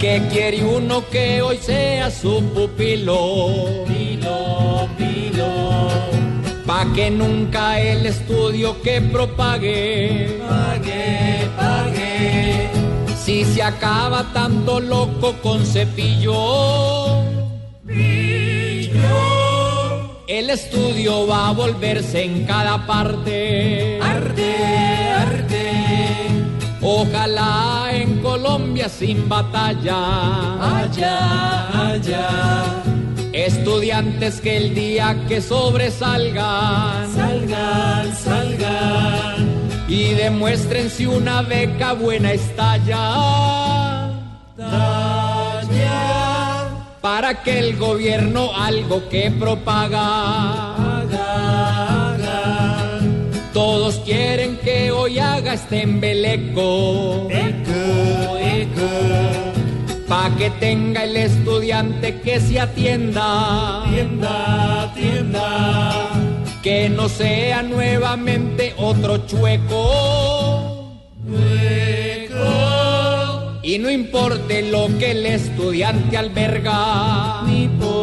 que quiere uno que hoy sea su pupilo. Pilo, pilo, Pa' que nunca el estudio que propague. pague, pague. Si se acaba tanto loco con cepillo. Pillo, El estudio va a volverse en cada parte. arte, arte, Ojalá en Colombia sin batalla. allá, allá. Estudiantes que el día que sobresalgan Salgan, salgan, y demuestren si una beca buena estalla. allá, Para que el gobierno algo que propaga. haga, haga. Todos quieren que hoy haga este embeleco. Eco, eco, Pa' que tenga el estudiante que se atienda. tienda, tienda. Que no sea nuevamente otro chueco. Hueco, Y no importe lo que el estudiante alberga. ni por